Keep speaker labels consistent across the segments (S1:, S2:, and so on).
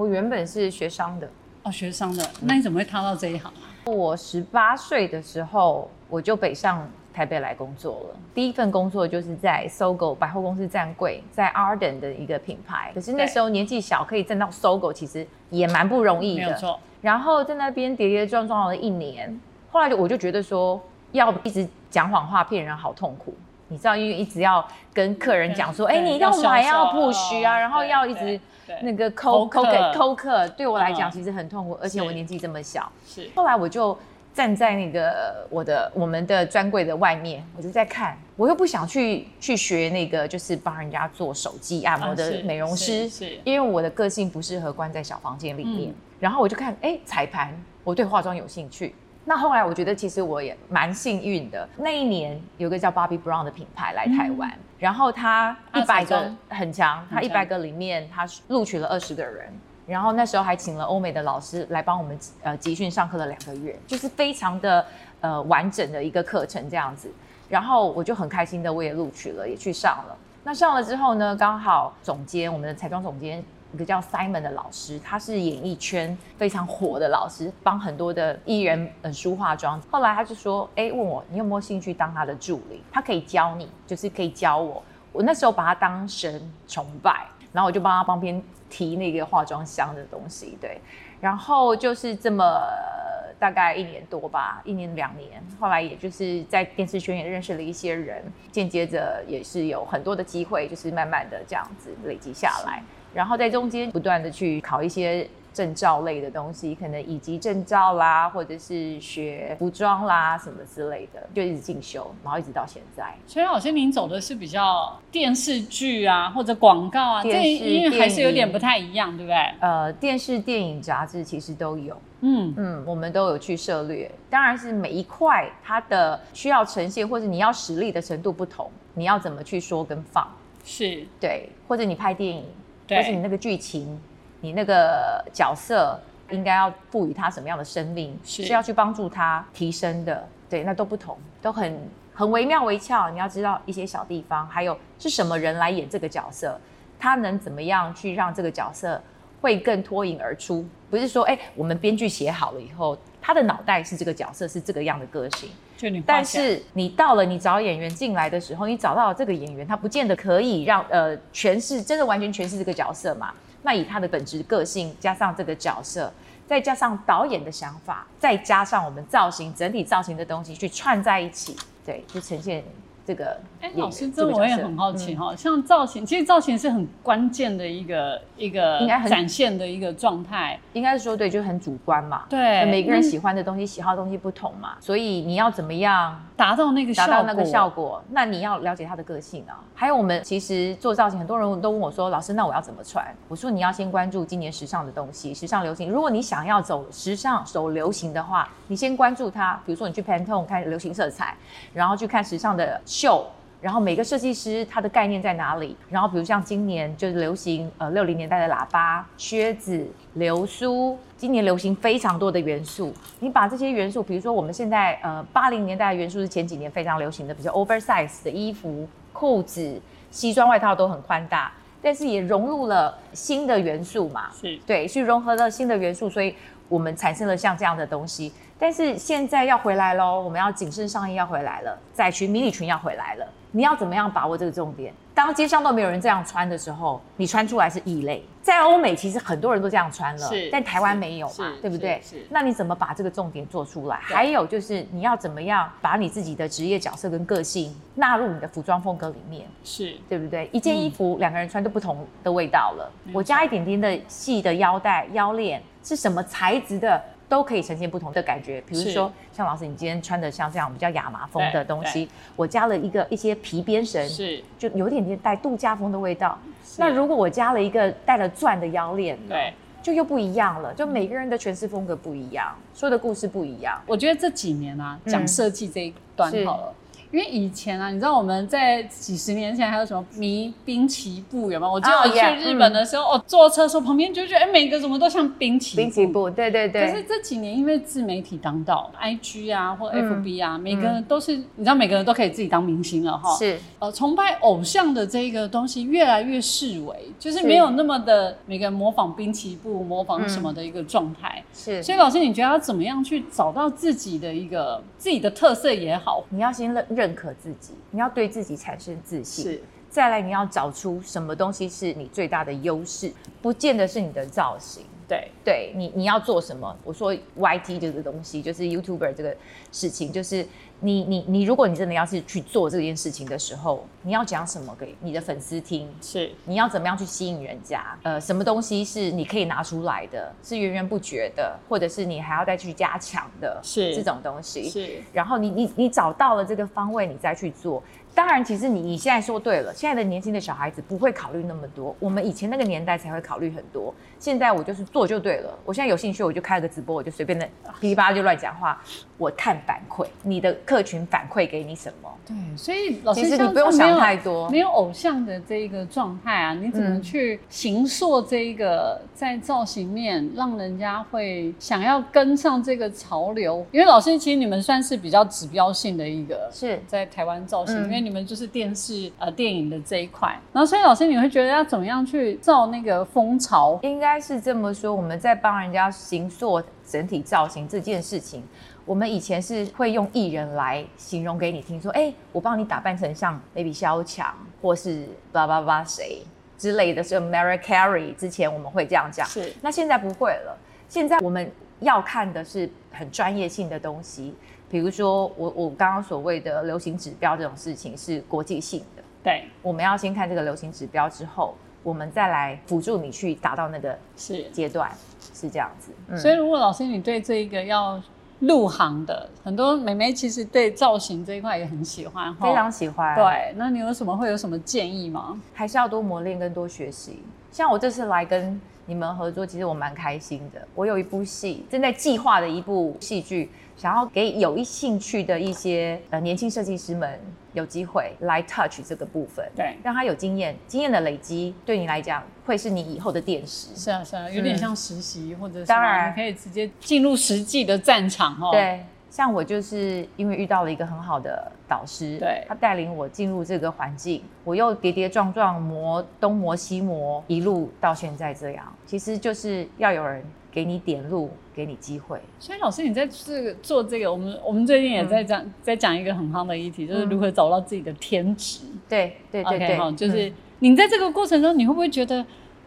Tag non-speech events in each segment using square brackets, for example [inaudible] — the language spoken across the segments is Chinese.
S1: 我原本是学商的，
S2: 哦，学商的，那你怎么会踏到这一行啊？
S1: 我十八岁的时候我就北上台北来工作了。第一份工作就是在搜狗百货公司站柜，在 Arden 的一个品牌。可是那
S2: 对
S1: 时候年纪小，可以站到搜狗其实也蛮不容易
S2: 没
S1: 的。
S2: 有错，
S1: 然后在那边跌跌撞撞了一年，后来就我就觉得说，要一直讲谎话骗人好痛苦，你知道，因为一直要跟客人讲说，
S2: 嗯对
S1: 哎、你一定要买
S2: 要
S1: 要
S2: 销售
S1: push 啊，
S2: 哦
S1: 然后
S2: 对
S1: 要一直
S2: 对对
S1: 那个抠
S2: 抠
S1: 抠
S2: 客
S1: 给抠客，对我来讲
S2: 嗯
S1: 其实很痛苦，而且
S2: 是
S1: 我年纪这么小，
S2: 是
S1: 后来我就。站在那个我的我们的专柜的外面，我就在看，我又不想去去学那个就是帮人家做手机按摩
S2: 啊
S1: 的
S2: 是
S1: 美容师，
S2: 是是
S1: 因为我的个性不适合关在小房间里面。
S2: 嗯
S1: 然后我就看，哎，彩盘，我对化妆有兴趣。那后来我觉得其实我也蛮幸运的，那一年有个叫 Bobby Brown 的品牌来台湾，
S2: 嗯
S1: 然后他
S2: 啊
S1: 一百
S2: 彩
S1: 个
S2: 妆
S1: 很强，他
S2: 很
S1: 一
S2: 强
S1: 百个里面他录取了二十个人。然后那时候还请了欧美的老师来帮我们呃集训上课了两个月，就是非常的呃完整的一个课程这样子。然后我就很开心的，我也录取了，也去上了。那上了之后呢，刚好总监我们的彩妆总监一个叫 Simon 的老师，他是演艺圈非常火的老师，帮很多的艺人呃梳化妆。后来他就说，哎，问我你有没有兴趣当他的助理？他可以教你，就是可以教我。我那时候把他当神崇拜，然后我就帮他帮边提那个化妆箱的东西，对。然后就是这么呃大概一年多吧，一年两年，后来也就是在电视圈也认识了一些人，间接着也是有很多的机会，就是慢慢的这样子累积下来，然后在中间不断的去考一些。证照类的东西，可能以及证照啦，或者是学服装啦什么之类的，就一直进修，然后一直到现在。
S2: 所以老师您走的是比较电视剧啊，或者广告啊，这
S1: 电视
S2: 因为还是有
S1: 电
S2: 点
S1: 影
S2: 不太一样，对不对？
S1: 呃，电视、电影、杂志其实都有，
S2: 嗯，
S1: 嗯，我们都有去涉略，当然是每一块它的需要呈现或者你要实力的程度不同，你要怎么去说跟放，
S2: 是
S1: 对，或者你拍电影，
S2: 对
S1: 或是你那个剧情，你那个角色应该要赋予它什么样的生命，
S2: 是
S1: 要去帮助它提升的，对，那都不同，都很很惟妙惟肖。你要知道一些小地方，还有是什么人来演这个角色，他能怎么样去让这个角色会更脱颖而出？不是说，哎、我们编剧写好了以后，他的脑袋是这个角色是这个样的个性，
S2: 就你画
S1: 但
S2: 起来
S1: 是你到了你找演员进来的时候，你找到了这个演员，他不见得可以让呃诠释真的完全诠释这个角色嘛。那以他的本质个性，加上这个角色，再加上导演的想法，再加上我们造型整体造型的东西去串在一起，对，就呈现这个
S2: 哎、
S1: 演员。
S2: 老师，
S1: 这
S2: 这
S1: 个
S2: 我也
S1: 角色嗯
S2: 很好奇哈、像造型，其实造型是很关键的一个一个
S1: 应该很
S2: 展现的一个状态。
S1: 应该是说对，就很主观嘛。
S2: 对，
S1: 每个人
S2: 那
S1: 喜欢的东西、喜好的东西不同嘛，所以你要怎么样
S2: 达到那个
S1: 达到
S2: 效
S1: 那个效果，那你要了解他的个性啊。还有我们其实做造型，很多人都问我说：“老师，那我要怎么穿？”我说：“你要先关注今年时尚的东西，时尚流行。如果你想要走时尚、走流行的话，你先关注它。比如说你去 Pantone 看流行色彩，然后去看时尚的秀。”然后每个设计师他的概念在哪里？然后比如像今年就是流行呃六零年代的喇叭、靴子、流苏，今年流行非常多的元素。你把这些元素，比如说我们现在呃八零年代的元素是前几年非常流行的，比如说 oversize 的衣服、裤子、西装外套都很宽大，但是也融入了新的元素嘛。
S2: 是
S1: 对，去融合了新的元素，所以我们产生了像这样的东西。但是现在要回来喽，我们要紧身上衣要回来了，窄裙、迷你裙要回来了。你要怎么样把握这个重点？当街上都没有人这样穿的时候，你穿出来是异类。在欧美，其实很多人都这样穿了
S2: 是，
S1: 但台湾
S2: 是
S1: 没有嘛
S2: 是，
S1: 对不对？
S2: 是是
S1: 那你怎么把这个重点做出来？
S2: 对
S1: 还有就是你要怎么样把你自己的职业角色跟个性纳入你的服装风格里面？
S2: 是
S1: 对不对？一件衣服、两个人穿都不同的味道了。
S2: 嗯没错
S1: 我加一点点的细的腰带、腰链是什么材质的，都可以呈现不同的感觉。比如
S2: 是
S1: 说，像老师你今天穿的像这样比较亚麻风的
S2: 对
S1: 东西，我加了一个一些皮鞭绳，
S2: 是，
S1: 就有点点带度假风的味道。
S2: 是
S1: 那如果我加了一个带了钻的腰链呢，
S2: 对。
S1: 就又不一样了。就每个人的诠释风格不一样，说的故事不一样。
S2: 我觉得这几年啊，讲
S1: 嗯
S2: 设计这一端
S1: 是
S2: 好了，因为以前啊，你知道我们在几十年前还有什么迷滨崎步有没有？我记得我
S1: 哦
S2: 去
S1: ，yeah，
S2: 日本的时候，我、哦坐车的时候旁边就觉得，哎、每个怎么都像滨崎步
S1: 滨崎步，对对
S2: 可是
S1: 对，
S2: 这几年因为自媒体当道，IG 啊或
S1: 嗯
S2: FB 啊，每个人都是、你知道，每个人都可以自己当明星了哈。
S1: 是
S2: 呃，崇拜偶像的这个东西越来越视为，就是
S1: 是嗯
S2: 没有那么的每个人模仿滨崎步、模仿什么的一个状态。
S1: 是，
S2: 所以老师，你觉得要怎么样去找到自己的一个自己的特色也好，
S1: 你要先认认可自己，你要对自己产生自信，再来你要找出什么东西是你最大的优势，不见得是你的造型。
S2: 对
S1: 对你你要做什么？我说 YT 这个东西，就是 YouTuber 这个事情，就是你你你，如果你真的要是去做这件事情的时候，你要讲什么给你的粉丝听？
S2: 是
S1: 你要怎么样去吸引人家？呃，什么东西是你可以拿出来的，是源源不绝的，或者是你还要再去加强的，
S2: 是
S1: 这种东西。
S2: 是
S1: 然后你你你找到了这个方位，你再去做。当然，其实你你现在说对了，现在的年轻的小孩子不会考虑那么多，我们以前那个年代才会考虑很多。现在我就是做就对了，我现在有兴趣我就开了个直播，我就随便的噼里啪啦就乱讲话，我看反馈，你的客群反馈给你什么？
S2: 对，嗯哦所以老师
S1: 其实你
S2: 像
S1: 不用
S2: 这样没
S1: 想
S2: 有
S1: 太多
S2: 没。有偶像的这一个状态啊，你怎么
S1: 嗯
S2: 去形塑这一个在造型面，让人家会想要跟上这个潮流？因为老师，其实你们算是比较指标性的一个。
S1: 是，
S2: 在台湾造型，
S1: 嗯
S2: 因为你们就是电视呃电影的这一块，然后所以老师你会觉得要怎么样去造那个风潮？
S1: 应该是这么说，我们在帮人家行塑整体造型这件事情，我们以前是会用艺人来形容给你听，说，哎、我帮你打扮成像 maybe 萧蔷，或是叭叭叭谁之类的，是 Mary Carey。之前我们会这样讲，
S2: 是
S1: 那现在不会了，现在我们要看的是很专业性的东西，比如说我我刚刚所谓的流行指标这种事情是国际性的。
S2: 对，
S1: 我们要先看这个流行指标之后，我们再来辅助你去达到那个
S2: 是。
S1: 阶段，是这样子。嗯
S2: 所以，如果老师你对这一个要入行的，很多美眉其实对造型这一块也很喜欢，哈
S1: 非常喜欢，，
S2: 哦对。那你有什么会有什么建议吗？
S1: 还是要多磨练跟多学习。像我这次来跟你们合作，其实我蛮开心的。我有一部戏正在计划的一部戏剧，想要给有一兴趣的一些呃年轻设计师们有机会来 touch 这个部分，
S2: 对，
S1: 让他有经验，经验的累积对你来讲会是你以后的电石。
S2: 是啊，是啊，有点像实习、或者是
S1: 当然
S2: 你可以直接进入实际的战场哦。，
S1: 对，像我就是因为遇到了一个很好的导师，
S2: 对
S1: 他带领我进入这个环境，我又跌跌撞撞磨东磨西磨，一路到现在这样，其实就是要有人给你点路，给你机会。
S2: 所以老师你在这个做这个，我们我们最近也在讲、
S1: 嗯
S2: 在讲一个很夯的议题，就是如何找到自己的天职。
S1: 对对对
S2: OK
S1: 对，
S2: 哈，就是、
S1: 嗯
S2: 你在这个过程中，你会不会觉得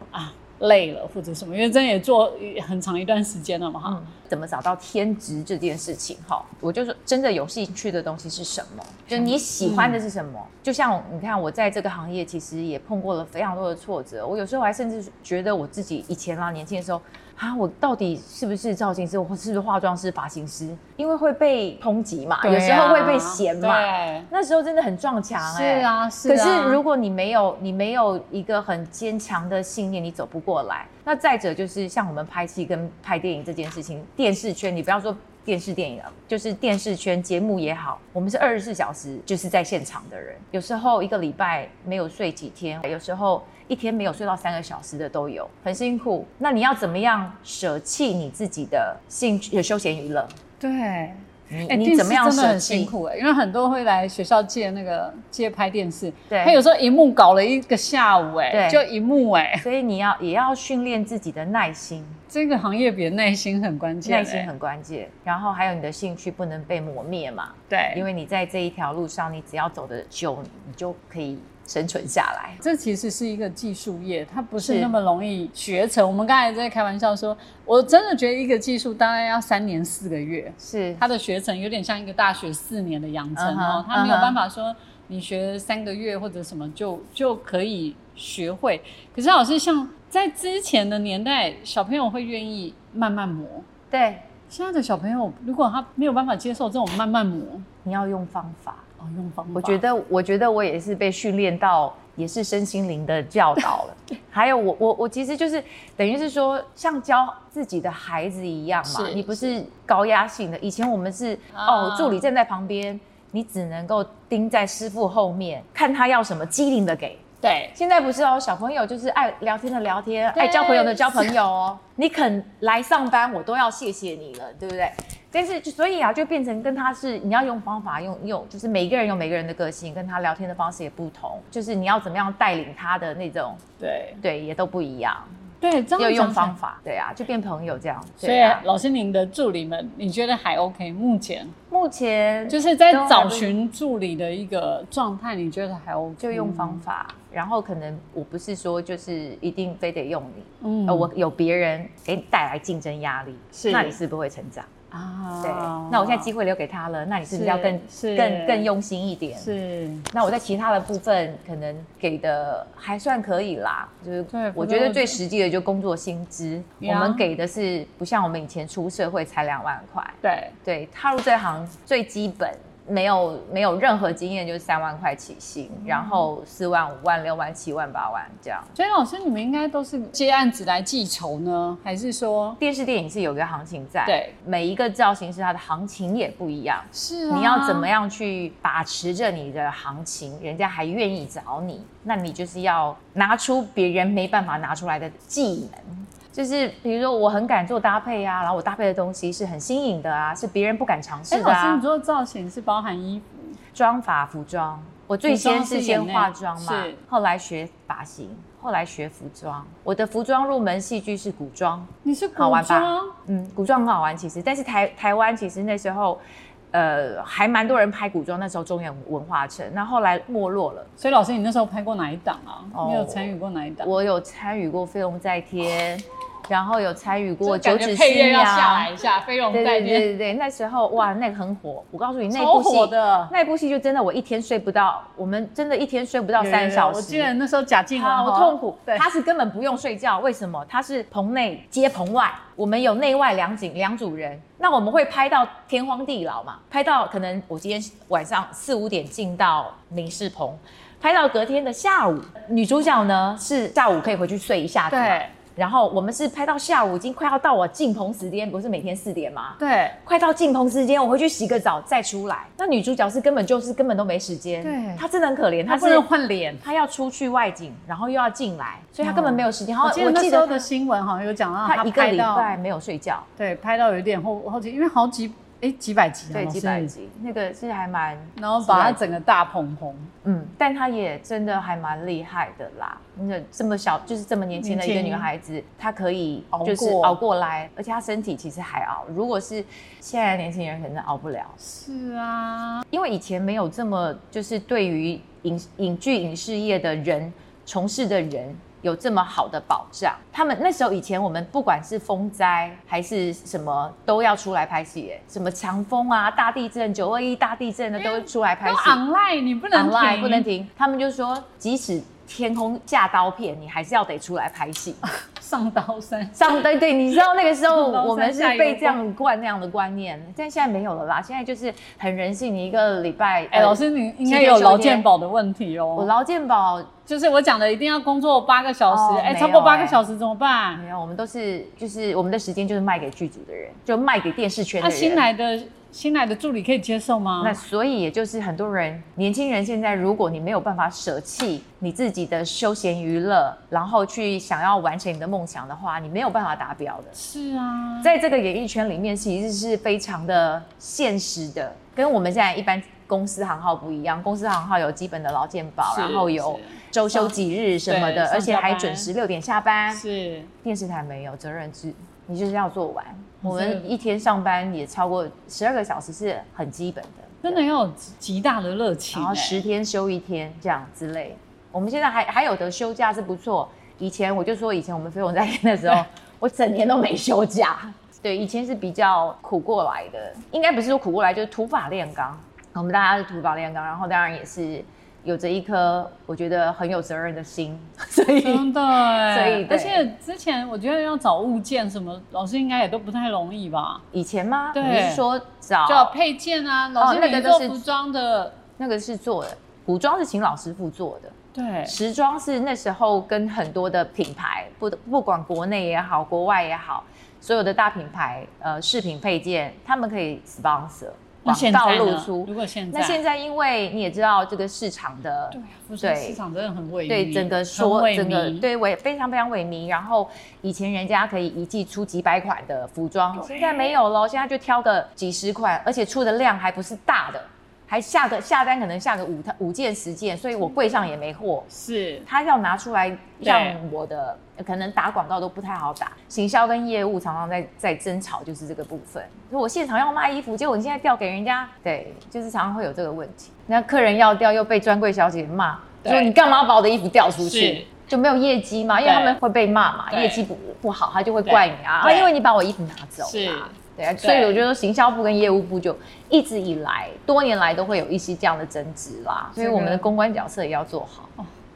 S2: 啊累了或者什么？因为真的也做很长一段时间了嘛哈。
S1: 嗯怎么找到天职这件事情哈，我就是真的有兴趣的东西是什么，就你喜欢的是什
S2: 嗯
S1: 么。就像你看，我在这个行业其实也碰过了非常多的挫折，我有时候还甚至觉得我自己以前啦、年轻的时候啊，我到底是不是造型师，我是不是化妆师、发型师？因为会被抨击嘛，有时候会被嫌嘛。
S2: 啊对
S1: 那时候真的很撞墙哎、
S2: 是啊，是
S1: 可
S2: 啊。
S1: 是如果你没有你没有一个很坚强的信念，你走不过来。那再者就是像我们拍戏跟拍电影这件事情，电视圈你不要说电视电影了，就是电视圈节目也好，我们是二十四小时就是在现场的人，有时候一个礼拜没有睡几天，有时候。一天没有睡到三个小时的都有，很辛苦。那你要怎么样舍弃你自己的兴趣、休闲娱乐？
S2: 对，哎、
S1: 你、
S2: 电
S1: 你
S2: 视
S1: 怎么样
S2: 真的
S1: 舍
S2: 很辛
S1: 弃？
S2: 苦哎、因为很多会来学校借那个借拍电视，
S1: 对
S2: 他有时候一幕搞了一个下午
S1: 对
S2: 哎、就一幕哎、
S1: 所以你要也要训练自己的耐心。
S2: 这个行业比耐心很关键、
S1: 耐
S2: 欸
S1: 心很关键，然后还有你的兴趣不能被磨灭嘛，
S2: 哎对，
S1: 因
S2: 为
S1: 为你在这一条路上，你只要走得久，你就可以生存下来。
S2: 这其实是一个技术业，它不是
S1: 是
S2: 那么容易学成。我们刚才在开玩笑说，我真的觉得一个技术大概要三年四个月，
S1: 是，
S2: 它的学程有点像一个大学四年的养成
S1: 嗯哼
S2: 哦，它没有
S1: 嗯哼
S2: 办法说你学三个月或者什么就就可以学会。可是老师像在之前的年代，小朋友会愿意慢慢磨，
S1: 对，
S2: 现在的小朋友如果他没有办法接受这种慢慢磨，
S1: 你要用方法。
S2: 哦，用方法，
S1: 我觉得，我觉得我也是被训练到，也是身心灵的教导
S2: [laughs]
S1: 了。还有我，我，我其实就是等于是说，像教自己的孩子一样嘛。
S2: 是
S1: 你不是高压性的，以前我们是
S2: 啊
S1: 哦，助理站在旁边，你只能够盯在师傅后面，看他要什么，机灵的给。
S2: 对，
S1: 现在不是哦，小朋友就是爱聊天的聊天，
S2: 对
S1: 爱交朋友的交朋友哦。 [laughs] 你肯来上班，我都要谢谢你了，对不对？但是就所以啊，就变成跟他是你要用方法，用用就是每个人有每个人的个性，跟他聊天的方式也不同，就是你要怎么样带领他的那种，
S2: 对，
S1: 对，也都不一样，
S2: 对，这样
S1: 要 [laughs] 用
S2: 讲起来
S1: 方法，对啊，就变朋友这样。
S2: 所以
S1: 对啊，
S2: 老师，您的助理们，你觉得还 OK？目前
S1: 目前就
S2: 就是在
S1: 都还
S2: 找
S1: 不
S2: 寻助理的一个状态，你觉得还 OK？
S1: 就用方，法，然后可能我不是说就是一定非得用你，
S2: 嗯
S1: 呃，我有别人给你带来竞争压力，
S2: 是
S1: 那你是不是会成长？呃
S2: 啊，
S1: 对，那我现在机会留给他了，那你是不是要更
S2: 是
S1: 更更用心一点？
S2: 是
S1: 那我在其他的部分可能给的还算可以啦，就是
S2: 对
S1: 我
S2: 不
S1: 觉
S2: 过啊
S1: 得
S2: 我
S1: 最实际的就工作薪资，我
S2: 呀
S1: 们给的是不像我们以前出社会才两万块，
S2: 对，
S1: 对，踏入这行最基本没有没有任何经验就是三万块起薪，
S2: 嗯
S1: 然后四万、五万、六万、七万、八万这样。
S2: 所以老师，你们应该都是接案子来记仇呢，还是说
S1: 电视电影是有一个行情在，
S2: 对，
S1: 每一个造型师他的行情也不一样，
S2: 是、啊
S1: 你要怎么？样去把持着你的行情，人家还愿意找你，那你就是要拿出别人没办法拿出来的技能。就是比如说，我很敢做搭配啊，然后我搭配的东西是很新颖的啊，是别人不敢尝
S2: 哎，
S1: 试的
S2: 老师，
S1: 啊
S2: 你。做造型是包含衣服，
S1: 妆法、服装，我最先是先化妆
S2: 服
S1: 嘛
S2: 装是眼内是，
S1: 后来学发型，后来学服装。我的服装入门戏剧是古装，
S2: 你是古
S1: 好玩吧
S2: 装，
S1: 嗯，古装很好玩其实，但是台台湾其实那时候，呃，还蛮多人拍古装，那时候中原文化城，那后来没落了。
S2: 所以老师，你那时候拍过哪一档啊？
S1: 哦
S2: 你有参与过哪一档？
S1: 我有参与过《飞龙在天》，然后有参与过《
S2: 就
S1: 九
S2: 感觉
S1: 指
S2: 配乐
S1: 新
S2: 要下
S1: 娘
S2: 来》。一下，飞龙
S1: 对
S2: 在
S1: 对对
S2: 天，
S1: 对对，那时候哇，那个很火。我告诉你，那
S2: 超
S1: 部戏
S2: 火的。
S1: 那部戏就真的我一天睡不到，我们真的一天睡不到
S2: 有
S1: 三小时。
S2: 我记得那时候贾静雯
S1: 好痛苦。
S2: 啊对，
S1: 他是根本不用睡觉，为什么？他是棚内接棚外，我们有内外两景两组人，那我们会拍到天荒地老嘛，拍到可能我今天晚上四五点进到民事棚。拍到隔天的下午，女主角呢是下午可以回去睡一下子嘛，
S2: 对
S1: 然后我们是拍到下午，已经快要到我进棚时间，不是每天四点吗？
S2: 对
S1: 快到进棚时间，我回去洗个澡再出来。那女主角是根本就是根本都没时间，
S2: 对
S1: 她真的很可怜，她
S2: 他不
S1: 是
S2: 能换脸。
S1: 她要出去外景，然后又要进来，所以她根本没有时间。然后
S2: 哦我记得那时候的
S1: 她
S2: 新闻好像有讲到
S1: 她一个
S2: 拍
S1: 礼
S2: 到
S1: 拜没有睡觉，
S2: 对，拍到有点后后期，因为好几哎几百集啊，
S1: 对，
S2: 老师
S1: 几百，集，那个是还蛮，
S2: 然后把它整个大捧红，
S1: 嗯，但她也真的还蛮厉害的啦。那这么小，就是这么年轻的一个
S2: 年轻
S1: 女孩子，她可以
S2: 熬
S1: 就是
S2: 过
S1: 熬过来，而且她身体其实还熬。如果是现在的年轻人，可能熬不了。
S2: 是啊，
S1: 因为以前没有这么就是对于影影剧影视业的人从事的人有这么好的保障。他们那时候以前我们不管是风灾还是什么都要出来拍戏耶，什么强风啊、大地震、九二一大地震的都出来
S2: 都
S1: 拍戏
S2: online 你不能
S1: online，
S2: 停，
S1: 不能，停。他们就说，即使天空下刀片，你还是要得出来拍 [laughs] 戏。
S2: 上刀山，
S1: 上对对，你知道那个时 [laughs] 候
S2: 上
S1: 我们是
S2: 山下
S1: 被
S2: 油
S1: 这样灌那样的观念，但现在没有了啦。现在就是很人性，你一个礼拜，
S2: 哎，
S1: 呃
S2: 老师你应
S1: 今
S2: 该
S1: 天
S2: 有
S1: 休
S2: 劳
S1: 息
S2: 健保的问题
S1: 我
S2: 哦，
S1: 劳健保
S2: 就是我讲的一定要工作八个小时，
S1: 哦
S2: 哎，
S1: 没
S2: 超过
S1: 有
S2: 八
S1: 哎
S2: 个小时怎么办？
S1: 没有，我们都是就是我们的时间就是卖给剧组的人，就卖给电视圈的人。
S2: 那啊新来的新来的助理可以接受吗
S1: 那？所以也就是很多人，年轻人现在，如果你没有办法舍弃你自己的休闲娱乐，然后去想要完成你的梦想的话，你没有办法达标的。
S2: 是啊，
S1: 在这个演艺圈里面，其实是非常的现实的，跟我们现在一般公司行号不一样。公司行号有基本的劳健保，
S2: 是
S1: 然后有周休几日什么的，
S2: 对
S1: 而且
S2: 上下
S1: 还
S2: 班
S1: 准时六点下班。
S2: 是
S1: 电视台没有责任制，你就是要做完。我
S2: 这
S1: 们一天上班也超过十二个小时是很基本的，
S2: 真的要有极极大的热情
S1: 然后
S2: 哎，
S1: 十天休一天这样之类。我们现在还还有的休假是不错，以前我就说以前我们飞龙在天的时
S2: [laughs]
S1: 候，我整年都没休假。对，以前是比较苦过来的，应该不是说苦过来，就是土法炼钢。我们大家是土法炼钢，然后当然也是有着一颗我觉得很有责任的心， [laughs] 所以
S2: 真的哎，
S1: [laughs] 所以对
S2: 而且之前我觉得要找物件什么，老师应该也都不太容易吧？
S1: 以前吗？
S2: 对
S1: 你是说找
S2: 就要配件啊，老师
S1: 那个
S2: 你
S1: 都
S2: 做
S1: 是
S2: 服装的，
S1: 那个是做的，古装是请老师傅做的，
S2: 对，
S1: 时装是那时候跟很多的品牌，不不管国内也好，国外也好，所有的大品牌呃饰品配件，他们可以 sponsor，
S2: 那
S1: 广
S2: 现
S1: 告
S2: 在呢
S1: 露出
S2: 如。果现在，
S1: 那现在因为你也知道这个市场的
S2: 对啊，不是
S1: 对
S2: 市场真的很萎靡，
S1: 对整个
S2: 很
S1: 说
S2: 萎靡
S1: 整个对萎非常非常萎靡。然后以前人家可以一季出几百款的服装，现
S2: 对
S1: 在没有了，现在就挑个几十款，而且出的量还不是大的，还下个下单可能下个五五件十件，所以我柜上也没货。
S2: 是
S1: 他要拿出来
S2: 对
S1: 让我的可能打广告都不太好打，行销跟业务常常在在争吵，就是这个部分。如果现场要卖衣服，结果你现在调给人家，对，就是常常会有这个问题。那客人要调又被专柜小姐骂，
S2: 对
S1: 说你干嘛把我的衣服调出
S2: 是
S1: 去？就没有业绩嘛，因为
S2: 对
S1: 他们会被骂嘛，
S2: 对
S1: 业绩不不好，他就会怪你啊，
S2: 对
S1: 啊因为你把我衣服拿走
S2: 是
S1: 啦。对啊，所以我觉得行销部跟业务部就一直以来多年来都会有一些这样的争执啦，所以
S2: 这个
S1: 我们的公关角色也要做好。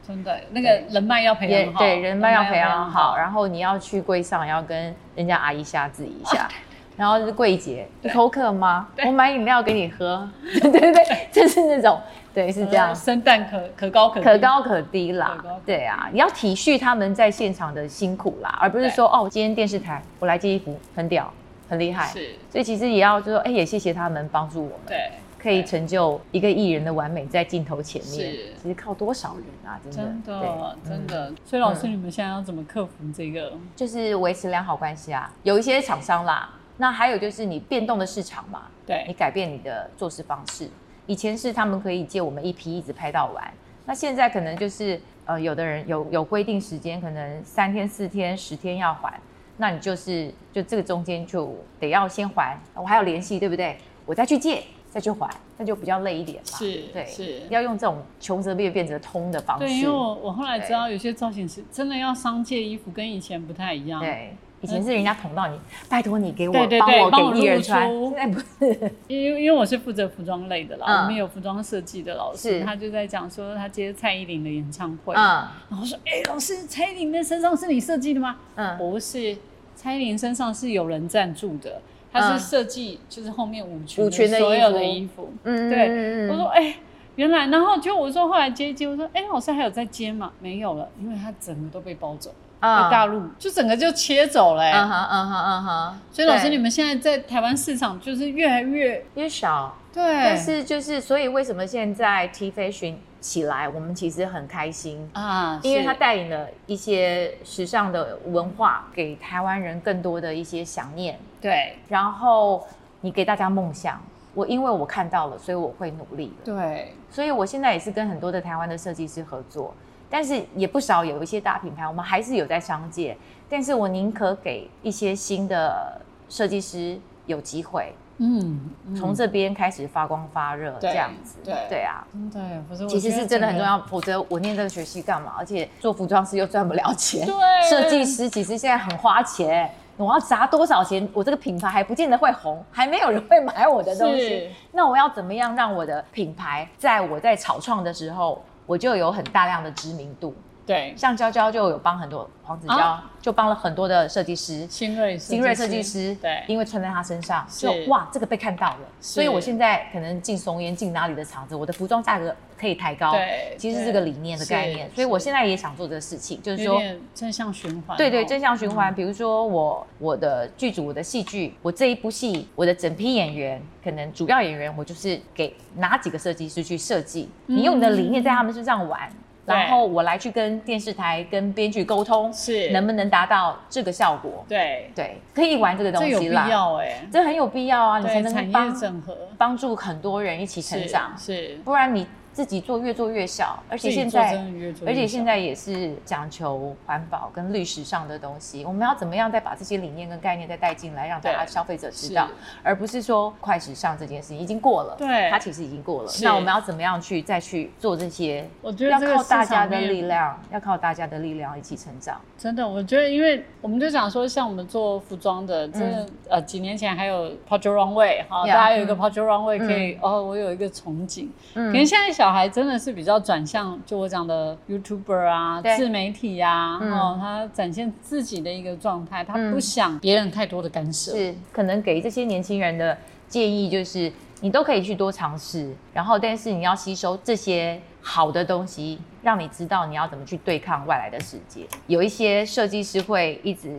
S2: 真的那个人脉要培
S1: 也
S2: 养好，
S1: 对人脉要培养好，
S2: 人
S1: 然后你要去柜上也要跟人家阿姨瞎质一
S2: 哦
S1: 下。然后是柜姐，你口渴吗？我买饮料给你喝。 [laughs] 对对对，就是那种，对，是
S2: 脉要培养
S1: 这样
S2: 好嗯，生蛋可可高可低
S1: 可高可低啦
S2: 可高可低。
S1: 对啊，你要体恤他们在现场的辛苦啦，而不是说哦，今天电视台我来接衣服，很屌，很厉害。
S2: 是，
S1: 所以其实也要就说，哎，也谢谢他们帮助我们，
S2: 对，
S1: 可以成就一个艺人的完美在镜头前面
S2: 是。
S1: 其实靠多少人啊，真的，
S2: 真的
S1: 对
S2: 真。
S1: 嗯
S2: 的。所以老师，你们现在要怎么克服这个？
S1: 就是维持良好关系啊。有一些厂商啦，那还有就是你变动的市场嘛，你
S2: 对，
S1: 改变你的做事方式。以前是他们可以借我们一批一直拍到完，那现在可能就是呃，有的人有有规定时间，可能三天、四天、十天要还，那你就是就这个中间就得要先还，我还有联系，对不对？我再去借，再去还，那就比较累一点嘛。
S2: 是
S1: 对，
S2: 是
S1: 要用这种穷则变，变则通的方式。
S2: 对，因为我我后来知道，有些造型师真的要商界衣服跟以前不太一样，
S1: 对，以前是人家捅到你，拜托你给我
S2: 啊嗯对对
S1: 帮
S2: 对帮
S1: 我
S2: 我
S1: 给艺人
S2: 露
S1: 穿，
S2: 出
S1: 现在不是，
S2: 因为因为我是负责服装类的啦，
S1: 嗯
S2: 我们有服装设计的老师，
S1: 是
S2: 他就在讲说他接蔡依林的演唱会，
S1: 嗯
S2: 然后说，哎、老师，蔡依林的身上是你设计的吗？
S1: 嗯，
S2: 不是，蔡依林身上是有人赞助的，他
S1: 嗯
S2: 是设计就是后面舞裙
S1: 舞裙的
S2: 所
S1: 衣
S2: 有
S1: 服
S2: 的衣服。
S1: 嗯
S2: 对
S1: 嗯
S2: 我说，哎、原来，然后就我说后来接一接，我说，哎、老师还有在接吗？没有了，因为他整个都被包走，被大
S1: 嗯
S2: 陆就整个就切走了、哎
S1: 嗯哼嗯哼嗯哼，
S2: 所以老师，
S1: 对
S2: 你们现在在台湾市场就是越来越
S1: 因为少，
S2: 对，
S1: 但是就是所以为什么现在 T Fashion 起来，我们其实很开心。
S2: 啊，
S1: 因为
S2: 是
S1: 它带领了一些时尚的文化，给台湾人更多的一些想念，
S2: 对
S1: 然后你给大家梦想。我因为我看到了，所以我会努力了。
S2: 对
S1: 所以我现在也是跟很多的台湾的设计师合作，但是也不少有一些大品牌，我们还是有在商界，但是我宁可给一些新的设计师有机会，
S2: 嗯，嗯
S1: 从这边开始发光发热，
S2: 对
S1: 这样子，
S2: 对
S1: 啊。
S2: 真的耶不是，我
S1: 其实
S2: 觉得
S1: 是真的很
S2: 整个
S1: 重。要，否则我念这个学系干嘛？而且做服装师又赚不了钱，
S2: 对
S1: 设计师其实现在很花钱，我要砸多少钱？我这个品牌还不见得会红，还没有人会买我的东
S2: 是
S1: 西。那我要怎么样让我的品牌在我在草创的时候，我就有很大量的知名度？
S2: 对，
S1: 像娇娇就有帮很多黄子佼、
S2: 啊
S1: 就帮了很多的设计师，
S2: 新锐
S1: 新锐设计师，
S2: 对，
S1: 因为穿在他身上，
S2: 是
S1: 就哇，这个被看到了，
S2: 是
S1: 所以我现在可能进松烟、进哪里的厂子，我的服装价格可以抬高。
S2: 对
S1: 其实是这
S2: 对
S1: 个理念的概念，
S2: 是
S1: 所以我
S2: 是
S1: 现在也想做这个事情，就是
S2: 有
S1: 说。
S2: 点正向循环哦，
S1: 对对，正向循环。比如说我我的剧组、我的戏剧，我这一部戏，我的整批演员，可能主要演员，我就是给哪几个设计师去设计。你用你的理念在他们身上玩，
S2: 对
S1: 然后我来去跟电视台、跟编剧沟通，
S2: 是
S1: 能不能达到这个效果？
S2: 对，
S1: 对，可以玩这个东
S2: 这有
S1: 西
S2: 必
S1: 啦。
S2: 要哎，
S1: 这很有必要啊，你才
S2: 对，产
S1: 能
S2: 业
S1: 帮
S2: 整合
S1: 帮助很多人一起成
S2: 是
S1: 长，
S2: 是，
S1: 不然你自己做越做越小，而且
S2: 自己
S1: 现
S2: 做
S1: 在
S2: 真的越做
S1: 而
S2: 越
S1: 且
S2: 少
S1: 现在也是讲求环保跟绿时尚的东西，我们要怎么样再把这些理念跟概念再带进来，让大家
S2: 对
S1: 消费者知
S2: 是
S1: 道，而不是说快时尚这件事情已经过了，
S2: 对
S1: 它其实已经过了，
S2: 是
S1: 那我们要怎么样去再去做这些？
S2: 我觉
S1: 要
S2: 得这个
S1: 靠
S2: 市
S1: 大家
S2: 场
S1: 的
S2: 面
S1: 力量，要靠大家的力量一起成长。
S2: 真的，我觉得，因为我们就讲说，像我们做服装的，真的、呃，几年前还有 p o d u Runway 哈
S1: 嗯 Yeah，
S2: 大家有一个
S1: 嗯
S2: p o d u Runway 可以、哦，我有一个憧憬。
S1: 嗯
S2: 可能现在小孩真的是比较转向，就我讲的 YouTuber 啊
S1: 对、
S2: 自媒体呀、啊，
S1: 嗯
S2: 哦，他展现自己的一个状态，他
S1: 嗯
S2: 不想别人太多的干涉。
S1: 是可能给这些年轻人的建议就是，你都可以去多尝试，然后但是你要吸收这些好的东西，让你知道你要怎么去对抗外来的世界。有一些设计师会一直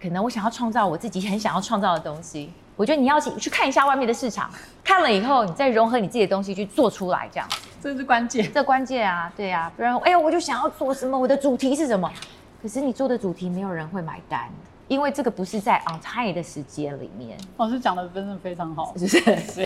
S1: 可能我想要创造我自己很想要创造的东西，我觉得你要去去看一下外面的市场，看了以后，你再融合你自己的东西去做出来，这样
S2: 这是关键。
S1: 这关键啊，对啊，不然哎呀，我就想要做什么，我的主题是什么？可是你做的主题没有人会买单，因为这个不是在 on time 的时间里面，
S2: 老师讲的真的非常好，
S1: 是不是？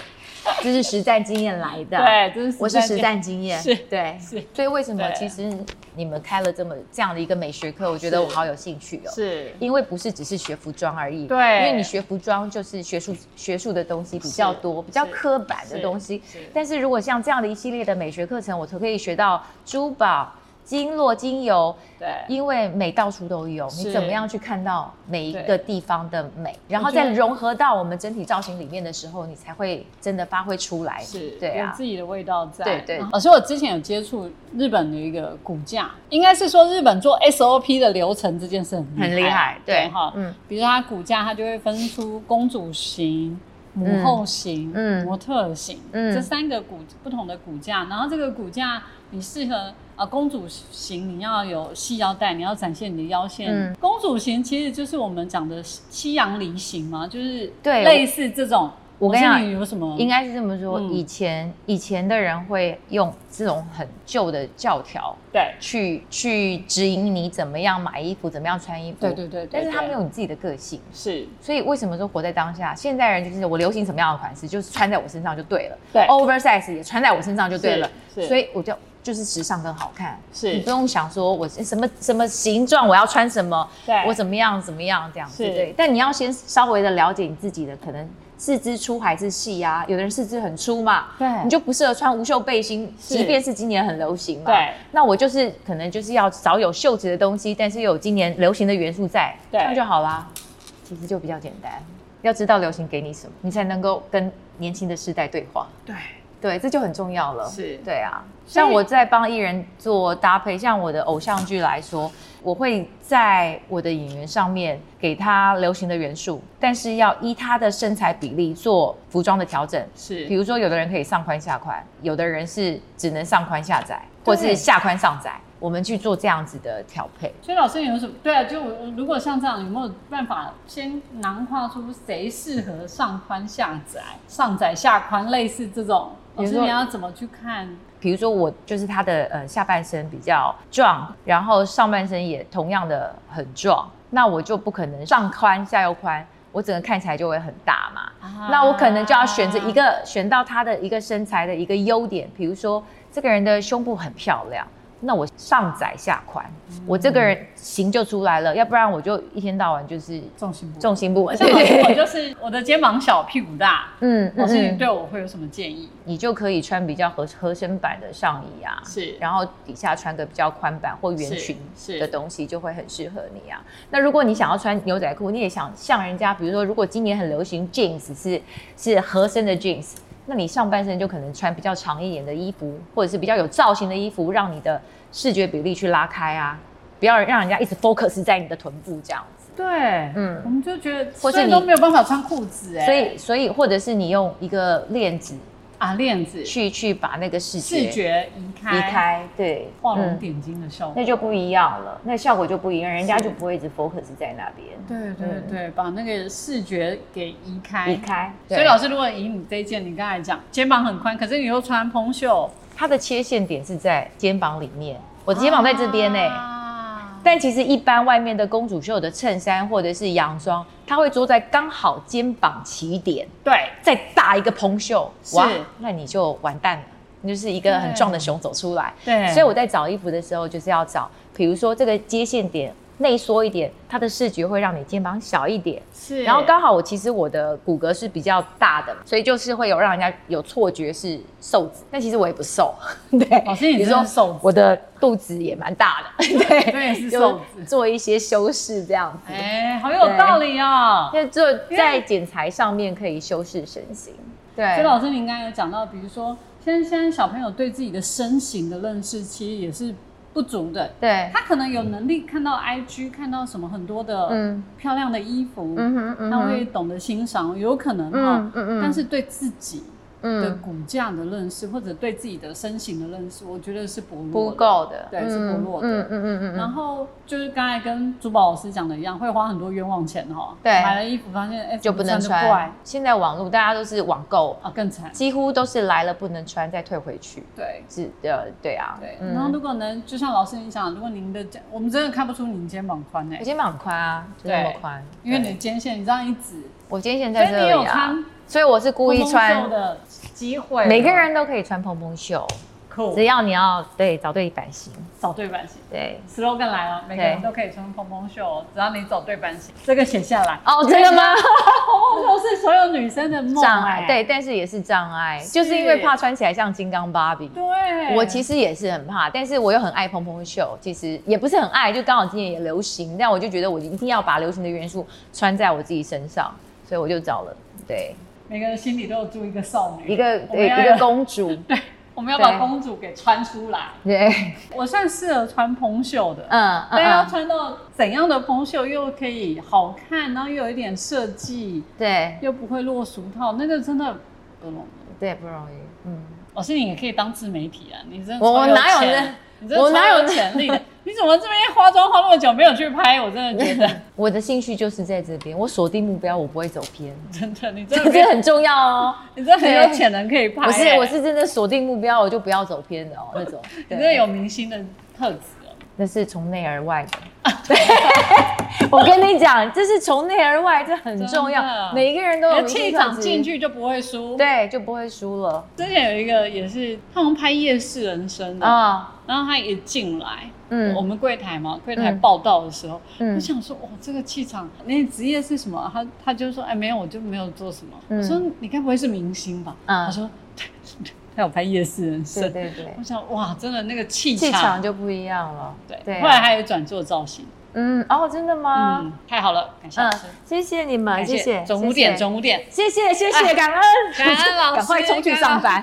S1: 这是实战经验来的，
S2: 对，这是
S1: 我是实
S2: 在
S1: 战经验，
S2: 是
S1: 对，
S2: 是
S1: 所以为什么
S2: 对
S1: 其实你们开了这么这样的一个美学课，我觉得
S2: 是
S1: 我好有兴趣哦。
S2: 是
S1: 因为不是只是学服装而已，
S2: 对
S1: 因为你学服装就是学术学术的东西比较多，比较刻板的东西。
S2: 是
S1: 但是如果像这样的一系列的美学课程，我都可以学到珠宝、经络、精油，
S2: 对
S1: 因为美到处都有，
S2: 是
S1: 你怎么样去看到每一个
S2: 对
S1: 地方的美，然后
S2: 我觉得
S1: 再融合到我们整体造型里面的时候，你才会真的发挥出来。
S2: 是，
S1: 对
S2: 有
S1: 啊
S2: 自，己的味道在。
S1: 对对
S2: 老师，我之前有接触日本的一个骨架，应该是说日本做 SOP 的流程这件事很
S1: 很厉害，对
S2: 哈，
S1: 嗯，
S2: 比如说它骨架，它就会分出公主型、母后型、
S1: 嗯
S2: 模特儿型、
S1: 嗯
S2: 这三个骨不同的骨架。然后这个骨架你适合啊、呃公主型你要有细腰带，你要展现你的腰线。
S1: 嗯
S2: 公主型其实就是我们讲的西西洋梨型嘛，就是
S1: 对
S2: 类似这种。
S1: 我跟你讲
S2: 是有什么
S1: 应该是这么说。
S2: 嗯
S1: 以前以前的人会用这种很旧的教条
S2: 对
S1: 去去指引你怎么样买衣服，怎么样穿衣服。
S2: 对对对对
S1: 但是他
S2: 对
S1: 没有你自己的个性，
S2: 是
S1: 所以为什么说活在当下？现代人就是我流行什么样的款式，就是穿在我身上就对了。
S2: 对
S1: oversize 也穿在我身上就对了。
S2: 是是
S1: 所以我就就是时尚跟好看。
S2: 是
S1: 你不用想说我什么什么形状，我要穿什么，
S2: 对
S1: 我怎么样怎么样这样子。
S2: 是
S1: 对，但你要先稍微的了解你自己的可能。四肢粗还是细啊？有的人四肢很粗嘛，
S2: 对
S1: 你就不适合穿无袖背心，
S2: 是
S1: 即便是今年很流行嘛。
S2: 对，
S1: 那我就是可能就是要找有袖子的东西，但是又有今年流行的元素在，
S2: 对
S1: 这样就好啦。其实就比较简单，要知道流行给你什么，你才能够跟年轻的世代对话。
S2: 对
S1: 对，这就很重要了。
S2: 是
S1: 对啊。
S2: 所以
S1: 像我在帮艺人做搭配，像我的偶像剧来说，我会在我的演员上面给他流行的元素，但是要依他的身材比例做服装的调整。比
S2: 是
S1: 如说，有的人可以上宽下宽，有的人是只能上宽下窄，
S2: 对
S1: 或是下宽上窄，我们去做这样子的调配。
S2: 所以老师你有什么？对啊，就我如果像这样，有没有办法先囊括出谁适合上宽下窄、上窄下宽，类似这种？
S1: 比
S2: 老
S1: 如
S2: 师
S1: 说
S2: 你要怎么去看？
S1: 比如说我就是他的呃下半身比较壮，然后上半身也同样的很壮，那我就不可能上宽下又宽，我整个看起来就会很大嘛。
S2: 啊
S1: 那我可能就要选择一个选到他的一个身材的一个优点，比如说这个人的胸部很漂亮，那我上窄下宽，我这个人型就出来了，要不然我就一天到晚就是
S2: 重心不稳。
S1: 重心不稳。
S2: 像老
S1: [laughs]
S2: 师我就是我的肩膀小，屁股大。
S1: 嗯，
S2: 老
S1: 嗯
S2: 师，
S1: 嗯
S2: 你对我会有什么建议？
S1: 你就可以穿比较合合身版的上衣啊，
S2: 是
S1: 然后底下穿个比较宽版或圆裙
S2: 是是
S1: 的东西，就会很适合你啊。那如果你想要穿牛仔裤，你也想像人家，比如说，如果今年很流行 jeans 是是合身的 jeans，那你上半身就可能穿比较长一点的衣服，或者是比较有造型的衣服，让你的视觉比例去拉开啊，不要让人家一直 focus 在你的臀部这样子。
S2: 对，
S1: 嗯
S2: 我们就觉得，
S1: 或
S2: 所
S1: 是
S2: 以
S1: 你
S2: 都没有办法穿裤子哎，
S1: 所以，所以或者是你用一个链子
S2: 啊，链子、
S1: 去去把那个视觉
S2: 视觉移开，
S1: 移开，对，
S2: 画
S1: 嗯
S2: 龙点睛的效果
S1: 那。就不一样了，那效果就不一样，人家就不会一直 focus 在那边，
S2: 对对
S1: 嗯
S2: 对，把那个视觉给移开。
S1: 离开。
S2: 所以老师，如果以你这一件，你刚才讲肩膀很宽，可是你又穿蓬袖，
S1: 它的切线点是在肩膀里面，我的肩膀在这边欸呢、
S2: 啊
S1: 但其实一般外面的公主袖的衬衫或者是洋装，它会做在刚好肩膀起点，
S2: 对，
S1: 再搭一个蓬袖，
S2: 是
S1: 那你就完蛋了，你就是一个很壮的熊走出来。
S2: 对
S1: 所以我在找衣服的时候，就是要找，比如说这个接线点内缩一点，它的视觉会让你肩膀小一点，
S2: 是，
S1: 然后刚好我其实我的骨骼是比较大的嘛，所以就是会有让人家有错觉是瘦子，但其实我也不瘦。 [laughs] 对，
S2: 老师你
S1: 比如
S2: 真
S1: 说
S2: 的是瘦子
S1: 我的肚子也蛮大的， [laughs] 对，
S2: 对是
S1: 就
S2: 瘦子
S1: 做一些修饰这样子。
S2: 哎，好有道理哦。
S1: 那就
S2: 因为
S1: 在剪裁上面可以修饰身形，
S2: 所以
S1: 对，
S2: 老师，您刚才有讲到，比如说，现在现在小朋友对自己的身形的认识其实也是不足的，
S1: 对，
S2: 他可能有能力看到 IG，看到什么很多的
S1: 嗯
S2: 漂亮的衣服，
S1: 嗯哼嗯
S2: 他会
S1: 哼，
S2: 懂得欣赏，有可能哈、
S1: 嗯嗯嗯
S2: 但是对自己的
S3: 嗯，
S2: 骨架的认识，或者对自己的身形的认识，我觉得是薄弱的
S1: 不，够的，
S2: 对，是薄弱的。
S3: 嗯嗯嗯嗯嗯
S2: 然后就是刚才跟珠宝老师讲的一样，会花很多冤枉钱哈、哦。
S1: 对
S2: 买了衣服发现哎、
S1: 就
S2: 怎么
S1: 不能
S2: 穿得怪
S1: 穿。现在网络大家都是网购，
S2: 啊，更惨。
S1: 几乎都是来了不能穿再退回去，
S2: 对
S1: 是的，对啊，
S2: 对。
S1: 嗯
S2: 然后如果能，就像老师你讲，如果您的肩，我们真的看不出您肩膀宽哎、
S1: 我肩膀很宽啊，就那么宽，
S2: 因为你
S1: 对
S2: 的肩线你这样一指，
S1: 我今天现
S2: 所
S1: 在
S2: 以
S1: 这
S2: 你有
S1: 里
S2: 穿
S1: 啊，所以我是故意
S2: 蓬
S1: 穿
S2: 松，的机会，
S1: 每个人都可以穿蓬蓬袖，
S2: 酷
S1: 只要你要对找对版型，
S2: 找对版型。
S1: 对。
S2: slogan 来了，每个人都可以穿蓬蓬袖，只要你走对版型，这个写下来。
S1: 哦，真的吗？
S2: 蓬蓬袖是所有女生的
S1: [laughs]
S2: 梦、
S1: 障碍
S2: 哎
S1: 对，但是也是障碍，就是因为怕穿起来像金刚芭比。
S2: 对，
S1: 我其
S2: 实
S1: 实也是很怕，但是我又很爱蓬蓬袖，其实也不是很爱，就刚好今年也流行，但我就觉得我一定要把流行的元素穿在我自己身上，所以我就找了对
S2: 每个人心里都有住一个少女，
S1: 一个
S2: 我
S1: 对
S2: 们要
S1: 一个公
S2: [laughs]
S1: 主，
S2: 我们要把
S1: 对
S2: 公主给穿出来。
S1: 对，
S2: 我算适合穿蓬袖的，
S1: 嗯嗯
S2: 但要
S1: 嗯，
S2: 穿到怎样的蓬袖又可以好看，然后又有一点设计，
S1: 对
S2: 又不会落俗套，那个真的不容易。
S1: 对不容易，嗯，
S2: 老师，你也可以当自媒体啊！你真的
S1: 我
S2: 超有
S1: 哪有
S2: 潜
S1: 那
S2: 你真的
S1: 我哪
S2: 超
S1: 有
S2: 有
S1: 那
S2: 潜力的？你怎么这边化妆化那么久没有去拍？我真的
S1: [laughs]
S2: 觉得，
S1: 我的兴趣就是在这边，我锁定目标，我不会走偏，
S2: 真的，你真的
S1: 这 [laughs]
S2: 没有
S1: 个很重要
S2: [laughs]
S1: 哦。
S2: 你真的很有
S1: 对
S2: 潜能可以拍、
S1: 我是
S2: 欸
S1: 我是真的锁定目标，我就不要走偏的
S2: [laughs]
S1: 哦那种，
S2: 你
S1: 对
S2: 真的有明星的特质哦。
S1: 那是从内而外的。 [laughs] 对，我跟你讲，这是从内而外，这很重
S2: 真的
S1: 要。每个人都
S2: 你
S1: 有
S2: 的
S1: 明
S2: 气
S1: 星
S2: 场
S1: 特质
S2: 进，去就不会输。，
S1: 对，就不会输了
S2: 之前有一个也是，他们拍《夜市人生》的，
S1: 啊。
S2: 然后他一进来，
S1: 嗯
S2: 我们柜台嘛，柜台
S1: 嗯
S2: 报道的时候，我
S1: 嗯，
S2: 想说，哇，这个气场，你的职业是什么？他他就说，哎，没有，我就没有做什么。
S1: 嗯
S2: 我说，你该不会是明星吧？
S1: 嗯
S2: 他说， [laughs] 对，他有拍《夜市人生
S1: 对》。对对，
S2: 我想，哇，真的那个气
S1: 气场就不一样了。
S2: 对。
S1: 对啊
S2: 后来还有转做造型，
S1: 嗯，哦，真的吗？
S2: 嗯，太好了，感谢老
S1: 嗯
S2: 师，，
S1: 谢谢你们，
S2: 感
S1: 谢谢，
S2: 总五点，
S1: 谢谢
S2: 总五点，
S1: 谢谢，谢
S2: 哎
S1: 谢，感恩， [laughs]
S2: 感恩老师
S1: 赶快冲去上班。